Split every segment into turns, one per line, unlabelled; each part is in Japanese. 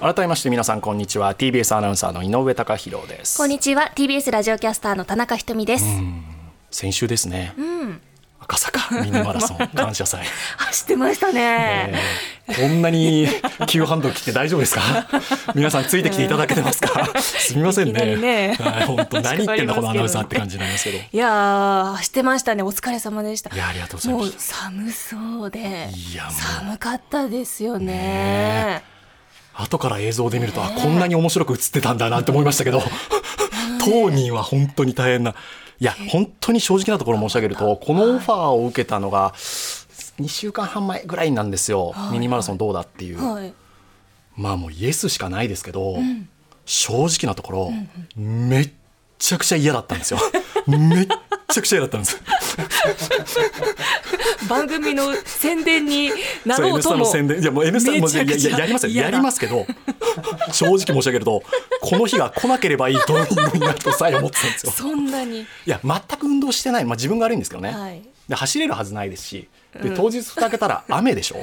改めまして皆さんこんにちは TBS アナウンサーの井上貴博です
こんにちは TBS ラジオキャスターの田中ひとみです
先週ですね、赤坂 ミニマラ ソン感謝祭、
走ってましたね
えーこんなに急ハンドル切って大丈夫ですか 皆さんついてきていただけてますかすみません
いきな
ね
りね
はい 本当何言ってんだこのアナウンサーって感じになりますけど
いやー走ってましたねお疲れ様でした
いやありがとうございま
もう
した
寒そうで
いやもう
寒かったですよね
ね後から映像で見ると、あこんなに面白く映ってたんだなって思いましたけど当人は本当に大変ないや本当に正直なところ申し上げるとこのオファーを受けたのが2週間半前ぐらいなんですよ、ミニマラソンどうだっていう、
はい
まあもうイエスしかないですけど、正直なところ、めっちゃくちゃ嫌だったん ですよめっちゃくちゃ嫌だったんです
番組の宣伝にな
そう
ろ
N
う
スタ
とも
の宣伝いやもう N スタもう
めちゃくちゃ
やややりますよ
嫌
や
だ
りますけど 正直申し上げるとこの日が来なければいいというふうになるとさえ思ってたんですよ
そんなに
いや全く運動してない、まあ、自分が悪いんですけどね、
はい
で走れるはずないですしで当日蓋開けたら雨でしょ、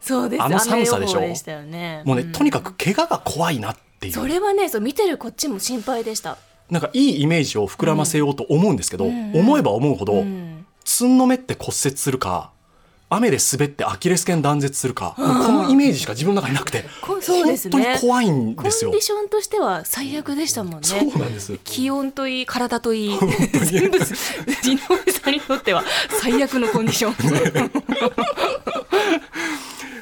そうです
あの寒さでしょ
雨予報したよね
もうね、
ん
とにかく怪我が怖いなってい
そうれはねそう見てるこっちも心配でした
なんかいいイメージを膨らませようと思うんですけど、
んうん
思えば思うほど、
うん
つんの目って骨折するか雨で滑ってアキレス腱断絶するか、もうこのイメージしか自分の中になくて、
こそうで
本
す
当に
ね
怖いん
コン
で
デ
すよ。
ィションとしては最悪でしたもんね
そうなんです
気温といい体と いい全部井上さんにとっては最悪のコンディシ ョン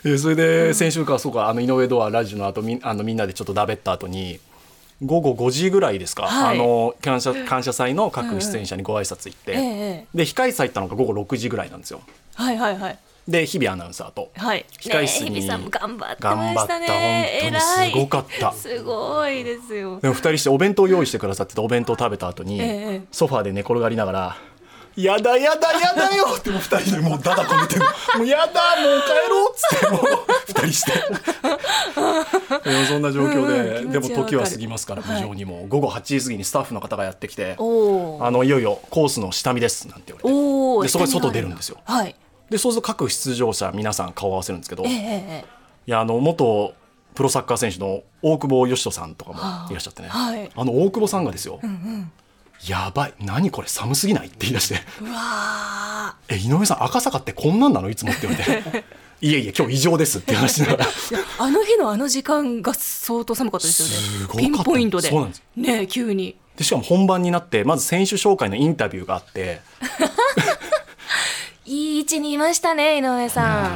えそれで先週かそうかあの井上ドアラジオの後みあのみんなでちょっとだべった後に午後5時ぐらいですか、
はい
あの感謝感謝祭の各出演者にご挨拶行って、
ええ
で控え室入ったのが午後6時ぐらいなんですよ
はいはいはい
で日比アナウンサーと
はい
控え室に
ねえ日比さんも頑張って
頑張
ま
っ
したた
本
ね
当に
偉い
すごかった
すごいですよ
でも2人してお弁当用意してくださっててお弁当食べた後に、
ええ
ソファーで寝転がりながら「やだやだやだよ」ってもう2人でもうダダこねて「もうやだもう帰ろう」っつってもう2人 してでもそんな状況で、
うんうん
で
気持
も
ちは
時
わかる
は過ぎますから無情にも、午後8時過ぎにスタッフの方がやってきて
おー
あのいよいよコースの下見です」なんて言われて
おー
でそこで
下に
外出るんですよ
はい
でそうすると各出場者皆さん顔を合わせるんですけど、
えええ
い
ええ
やあの元プロサッカー選手の大久保嘉人さんとかもいらっしゃってね、
はあはい
あの大久保さんがですよ、やばい何これ寒すぎないって言い出して
えうわ
「え井上さん赤坂ってこんなんなのいつも」って言われ て「いえいえ今日異常です」って話しながら。
ーいやあの日のあの時間が相当寒かったですよね
すごかった
ピンポイントで
そうなんです
ねえ急に
でしかも本番になってまず選手紹介のインタビューがあって
いい位置にいましたね井上さ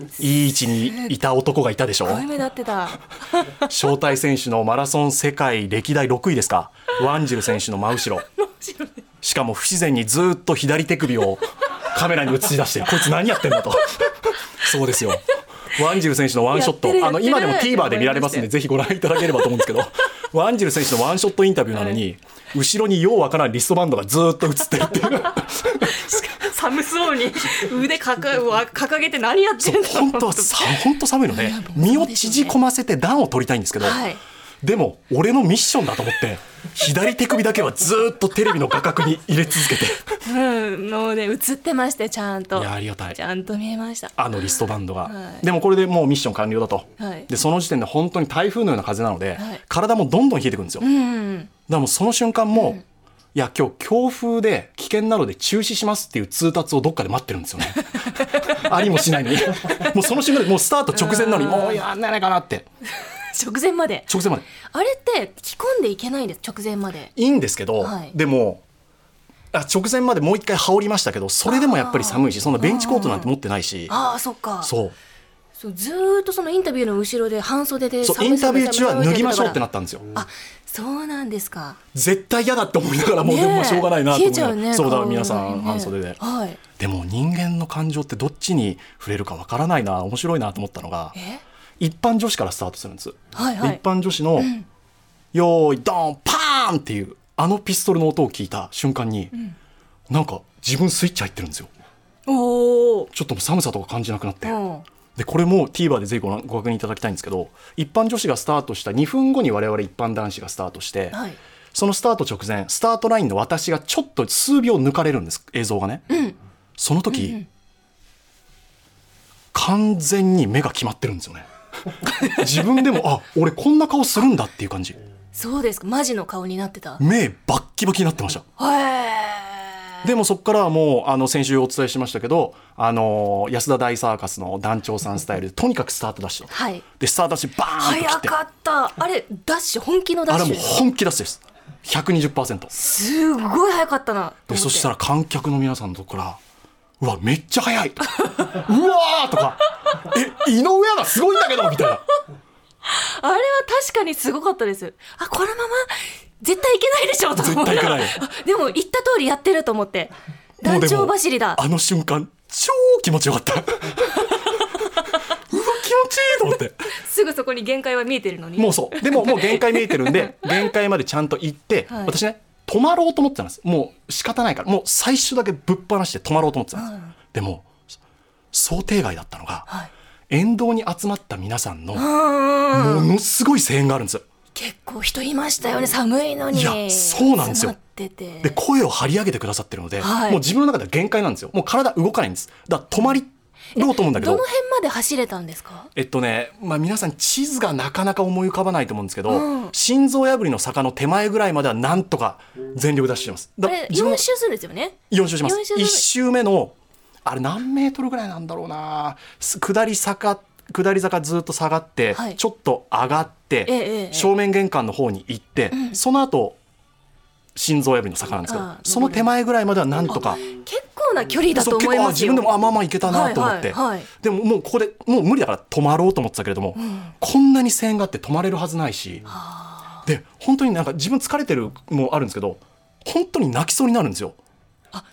ん
いい位置にいた男がいたでしょ
声目立っ てた
招待選手のマラソン世界歴代6位ですかワンジル選手の真後ろしかも不自然にずっと左手首をカメラに映し出してこいつ何やってんだとそうですよワンジル選手のワンショッ
やってる
トあの
やってる
今でも TVer で見られますんでぜひご覧いただければと思うんですけどワンジル選手のワンショットインタビューなのに、後ろにようわからんリストバンドがずっと映ってるっていう
寒そうに腕かかわ掲げて何やってんだろう
本当はさ本当寒いのね
やもうそうでしょうね
身を縮こませて暖を取りたいんですけど、
はい
でも俺のミッションだと思って左手首だけはずーっとテレビの画角に入れ続けてい
うんのね映ってましてちゃんと
やありがたい
ちゃんと見えました
あのリストバンドが、
はい
でもこれでもうミッション完了だと、
はい
でその時点で本当に台風のような風なので、
はい
体もどんどん冷えてくるんですよ、だか
うん
らもうその瞬間も、いや今日強風で危険なので中止しますっていう通達をどっかで待ってるんです よねありもしないのにもうその瞬間でもうスタート直前なのにもうやんないかなって
直前まで
直前まで
あれって着込んでいけないんです直前まで
いいんですけど、
はい
でもあ直前までもう一回羽織りましたけどそれでもやっぱり寒いしそんなベンチコートなんて持ってないし
ああそっかそう
そう
ずーっとそのインタビューの後ろで半袖で
そう
寒
イ
い
ンタビュー中は
寒い
脱ぎましょうってな
た
ったんですよ
あそうなんですか
絶対嫌だって思いながらもうでもまあしょうがないなと思
冷え
い
ち
な
ゃ
が
う
ら、
ね
そうだ
顔
皆さ
が
ん
ね
半袖で、
はい
でも人間の感情ってどっちに触れるかわからないな面白いなと思ったのが
え
一般女子からスタートするんです、
はいはい
で一般女子の「よーいドーンパーン!」っていうあのピストルの音を聞いた瞬間に、なんか自分スイッチ入ってるんですよ
おお
ちょっともう寒さとか感じなくなって、
うん
でこれも TVer でぜひご覧ご確認いただきたいんですけど一般女子がスタートした2分後に我々一般男子がスタートして、
はい
そのスタート直前スタートラインの私がちょっと数秒抜かれるんです映像がね、その時、完全に目が決まってるんですよね 自分でもあ俺こんな顔するんだっていう感じ
そうですかマジの顔になってたへ
目バッキバキになってました
え
でもそこからはもうあの先週お伝えしましたけど、あの安田大サーカスの団長さんスタイルでとにかくスタートダッシュだ
はい
でスタートダッシュバーンと
早
来て
かったあれダッシュ本気のダ
あ
ッ
れ
シ
もう
ュ
本気出すです120%
すごい早かったな
でそした
ら
ら観客の皆さんのとこから「うわめっちゃ早 い!」とか「うわー!」とか「え井上アナすごいんだけど!」み たいな
あれは確かにすごかったですあこのまま絶対いけないでしょと思った
絶対いけ
でも言った通りやってると思って
も
団
うでも
長走りだ
あの瞬間超気持ちよかった うわ気持ちいいと思って
すぐそこに限界は見えてるのに
もうそうでももう限界見えてるん で限界までちゃんと行って、
はい
私ね止まろうと思ってたんですもう仕方ないからもう最初だけぶっ放して止まろうと思ってたんです、
うん
でも想定外だったのが、
はい
沿道に集まった皆さんのも
うんうんうん
のすごい声援があるんですよ
結構人いましたよね寒いのに
いやそうなんですよ
詰まってて
で声を張り上げてくださってるので、
はい
もう自分の中では限界なんですよもう体動かないんですだから止まりろうと思うんだけ
ど
ど
の辺まで走れたんですか
えっとね、まあ、皆さん地図がなかなか思い浮かばないと思うんですけど、
うん
心臓破りの坂の手前ぐらいまではなんとか全力ダッシュします。
あ
だ
れ
自分
4
の
周するんですよね
4周します
四周
1周目のあれ何メートルぐらいなんだろうなす下り坂下り坂ずっと下がって、
はい
ちょっと上がって、
ええええ
正面玄関の方に行って、その後心臓破りの坂なんですけ
あ
ど
あ
その手前ぐらいまではなんとか
結構な距離だ
そ
と
う結
思い
構あ
ます
自
よ
分でもあまあまあいけたなと思って、
はいはいはい
でももうここでもう無理だから止まろうと思ってたけれども、こんなに声援があって止まれるはずないしで本当になんか自分疲れてるのもあるんですけど本当に泣きそうになるんですよ。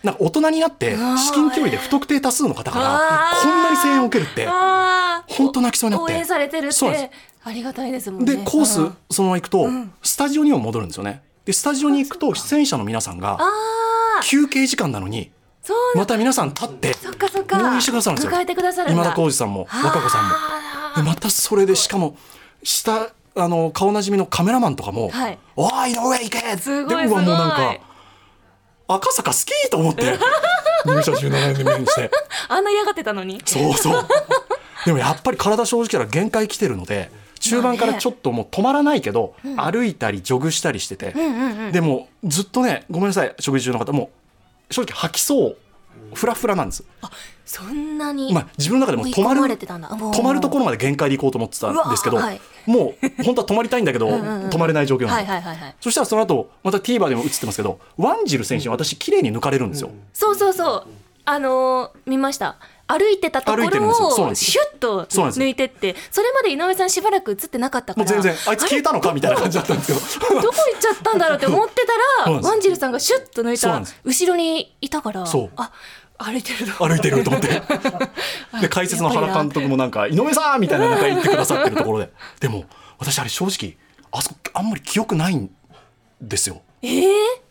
なんか大人になって
あー
至近距離で不特定多数の方か
あ
ら
ー
こんなに声援を受けるって
あー
本当泣きそうになっ
応
て
援されてるっ
そうなんで
てありがたいですもんね
でコース
うん
そのまま行くと
ん
スタジオにも戻るんですよねでスタジオに行くと出演者の皆さん
あ
が
あ
休憩時間なのに
そうなん
また皆さん立って
そっかそっか
応援してくださるんですよ
迎えてくださるんだ
今田耕司さんも
あー
和歌子さんもでまたそれでしかも下あの顔なじみのカメラマンとかも
はい
「おー井上行け!」
すごい
でうわ
すごい
もうなんか赤坂好きと思って 入社17年目にして
あんな嫌がってたのに
そうそうでもやっぱり体正直から限界来てるので中盤からちょっともう止まらないけど、歩いたりジョグしたりしてて、
うんうんうん
でもずっとねごめんなさい食事中の方もう正直吐きそうフラフラなんです、
そんなに
まあ、自分の中でも止ま
追い込まれ
る
てたんだ
止まるとこ
ろ
ろまで限界で行こうと思ってたんですけど、
うわはい
もう本当は止まりたいんだけど
んうんうん
止まれない状況なんで、
はいはいはいはい
そしたらその後また TVer でも映ってますけどワンジル選手に私綺麗に抜かれるんですよ、
そうそうそうあのー見ました歩いてたとこ
歩いてるんですよそう
ろ
なん
を
です
シュッと
そうなんです
抜いてってそれまで井上さんしばらく映ってなかったか
も
ら
う全然あいつ消えたのかみたいな感じだったんですけど
どこ行っちゃったんだろうって思ってた
そう
ら
なんです
ワンジルさんがシュッと抜い
そう
た
なん
ら
です
後ろにいたから
そう
あ歩いてると
歩いてると思ってで解説の原監督もなんか「井上さん!」みたいななんか言ってくださってるところででも私あれ正直あそこあんまり記憶ないんですよ
ええ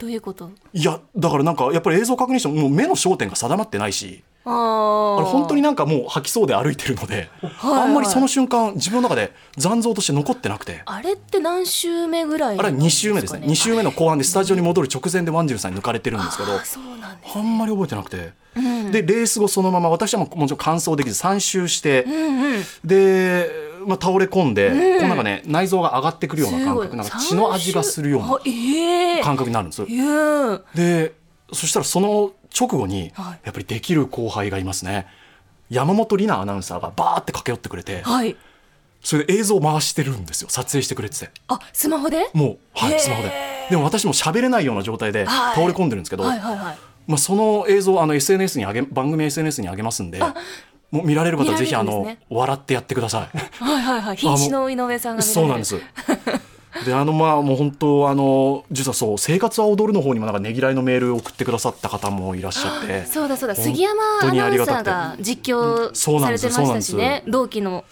どういうこと
いやだからなんかやっぱり映像確認してももう目の焦点が定まってないし
あ
あ
あ
れ本当になんかもう吐きそうで歩いてるので、
いはい
あんまりその瞬間自分の中で残像として残ってなくて。
あれって何周目ぐらい
あれは2周目ですね2周目の後半でスタジオに戻る直前でワンジルさんに抜かれてるんですけど
あーそうなんです
あんまり覚えてなくて、でレース後そのまま私はもうもちろん完走できず3周して、で、まあ、倒れ込んで、このなんかね内臓が上がってくるような感覚なんか血の味がするような
あええ
感覚になるんです
いやー
でそしたらその直後に、
はい
やっぱりできる後輩がいますね山本里奈アナウンサーがバーって駆け寄ってくれて
はい
それで映像を回してるんですよ撮影してくれてて
あスマホで
もう、は
へー
い、スマホででも私も喋れないような状態で
はい
倒れ込んでるんですけど、
はいはいはい
まあ、その映像をあの SNS に上げ番組 SNS に上げますんでもう見られる方はぜひ
見ら
あ
れるん
の、
ですね
笑ってやってくだ さ
はいはいはい瀕死の井上さん
い
が見られる
そうなんですであのまあもう本当あの実はそう「生活は踊る」の方にもなんかねぎらいのメールを送ってくださった方もいらっしゃって
そうだそうだ
本
杉山
当
ア
に
ナ
あ
ウ
りが
ンサ
た
ー
くて
が実況
そうな
さ
ん
れ
です
てましたし
そうなん
ね同期の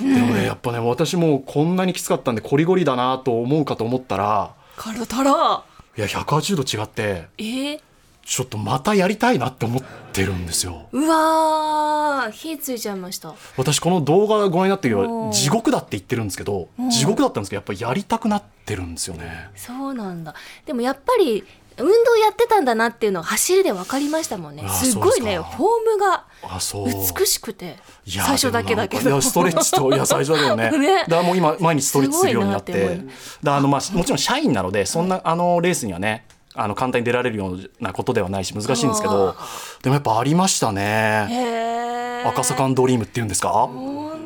でもねやっぱね私もうこんなにきつかったんでこりごりだなと思うかと思ったら
からたら
いや180度違って
えー、
ちょっとまたやりたいなって思ってるんですよ
うわー火ついちゃいました
私この動画ご覧になってる
お
よ
ー
地獄だって言ってるんですけど
うん
地獄だったんですけどやっぱりやりたくなってるんですよね
そうなんだでもやっぱり運動やってたんだなっていうのは走りで分かりましたもんね
あ
すごい
そう
ねフ
ですか
ォームが
あそう
美しくて
いや
最初だけだけ
でもなんかい
ど
やストレッチとい や最初だけどね
ね
だからもう今毎日ストレッチするようになって
すごいなって思い
だからあの、まあ、もちろん社員なのでそんなあのレースにはねあの簡単に出られるようなことではないし難しいんですけどでもやっぱありましたね
へー
赤坂ドリームっていうんですか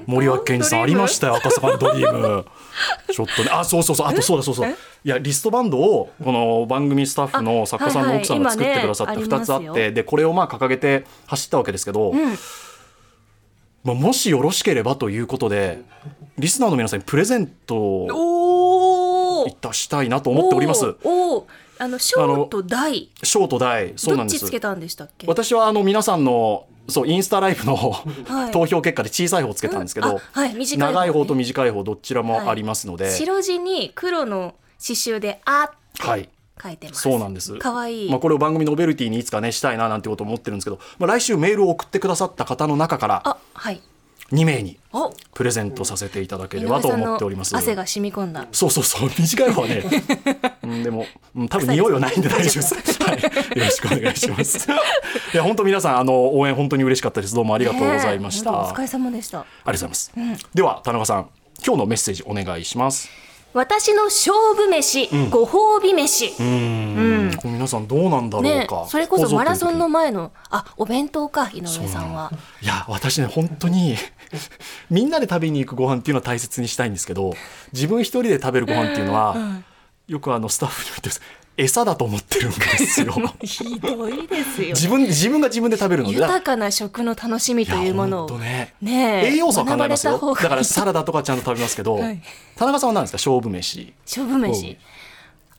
森脇健児さんありましたよ赤坂ドリームちょっとねあそうそうそうあとそうだそうそう
え
いやリストバンドをこの番組スタッフの作家さん
あは
の
いはい
奥さんが作ってくださって
今ね
2つあっ
あり
て、
ますよ
でこれをまあ掲げて走ったわけですけど、
うん
まあ、もしよろしければということでリスナーの皆さんにプレゼントを
おお
出したいなと思っております
おおあのショーと大
ショート大そう
ど
な
っ
んで
ち
す
つけたんでしたっけ
私はあの皆さんのそうインスタライブの、
い
投票結果で小さい方をつけたんですけど、
うんあはい短い方ね
長い方と短い方どちらもありますので、
白地に黒の刺繍であ
は
っ
い
て書いてます、
そうなんです
かわいい、
まあ、これを番組ノベルティにいつかねしたいななんてことを思ってるんですけど、まあ、来週メールを送ってくださった方の中から
あはい
2名に
お
プレゼントさせていただけ
井
れ
上
ばと
さん
思
の
っております
汗が染み込んだ
そうそうそう短い方は ね、うん、でも、うん、多分匂いはないんで大丈夫です、はい、よろしくお願いしますいや本当皆さんあの応援本当に嬉しかったですどうもあ
あ
りがとうございました、
お疲れ様でした
ありがとうございます、では田中さん今日のメッセージお願いします
私の勝負飯、ご褒美飯、
うんこれ皆さんどうなんだろうか、
ね、それこ
ここ
そ
ぞ
マラ
という
ソ
時
ン
に
の前のあお弁当か井上さんは。
いや私ね本当にみんなで食べに行くご飯っていうのは大切にしたいんですけど自分一人で食べるご飯っていうのは、よくあのスタッフに言ってます餌だと思ってるんですよ
ひどいですよ
自分自分が自分で食べるのでだから
豊かな食の楽しみというも
いや
の
ほ
を
んとね
ねえ
栄養素は考えますよ
学ばれた方が
だからサラダとかちゃんと食べますけど、
はい
田中さんは何ですか勝負飯
勝負
う
飯
ん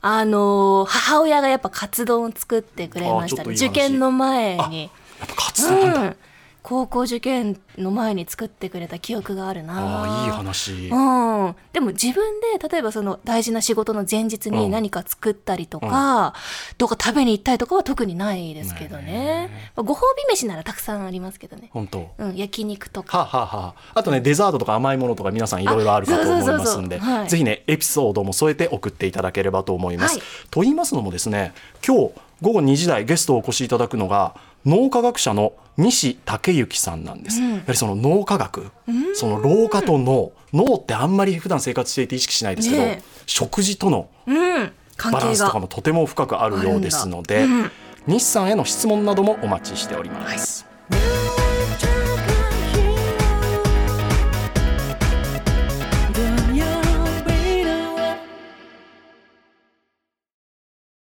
あのー母親がやっぱカツ丼を作ってくれました
あちょ
ね
っといい話
受験の前
あ
に
やっぱカツ丼なんだ、
うん高校受験の前に作ってくれた記憶があるな
ああいい話、
うん、でも自分で例えばその大事な仕事の前日
う
に
ん
何か作ったりとか、どうか食べに行ったりとかは特にないですけどね、まあご褒美飯ならたくさんありますけどね、
本当
うん、焼肉とか
はあ、はあはあ、あとねデザートとか甘いものとか皆さんいろいろあるかと思いますんで
あそうそうそうそうはい
ぜひねエピソードも添えて送っていただければと思います。
はい
と言いますのもですね今日午後2時台ゲストをお越しいただくのが脳科学者の西武之さんなんです、やはりその脳科学その老化と脳脳ってあんまり普段生活していて意識しないですけど、
ねえ
食事との
うん関
バラン
係
スとか
が
もとても深くあるようですので、
あるんだ
西さんへの質問などもお待ちしております。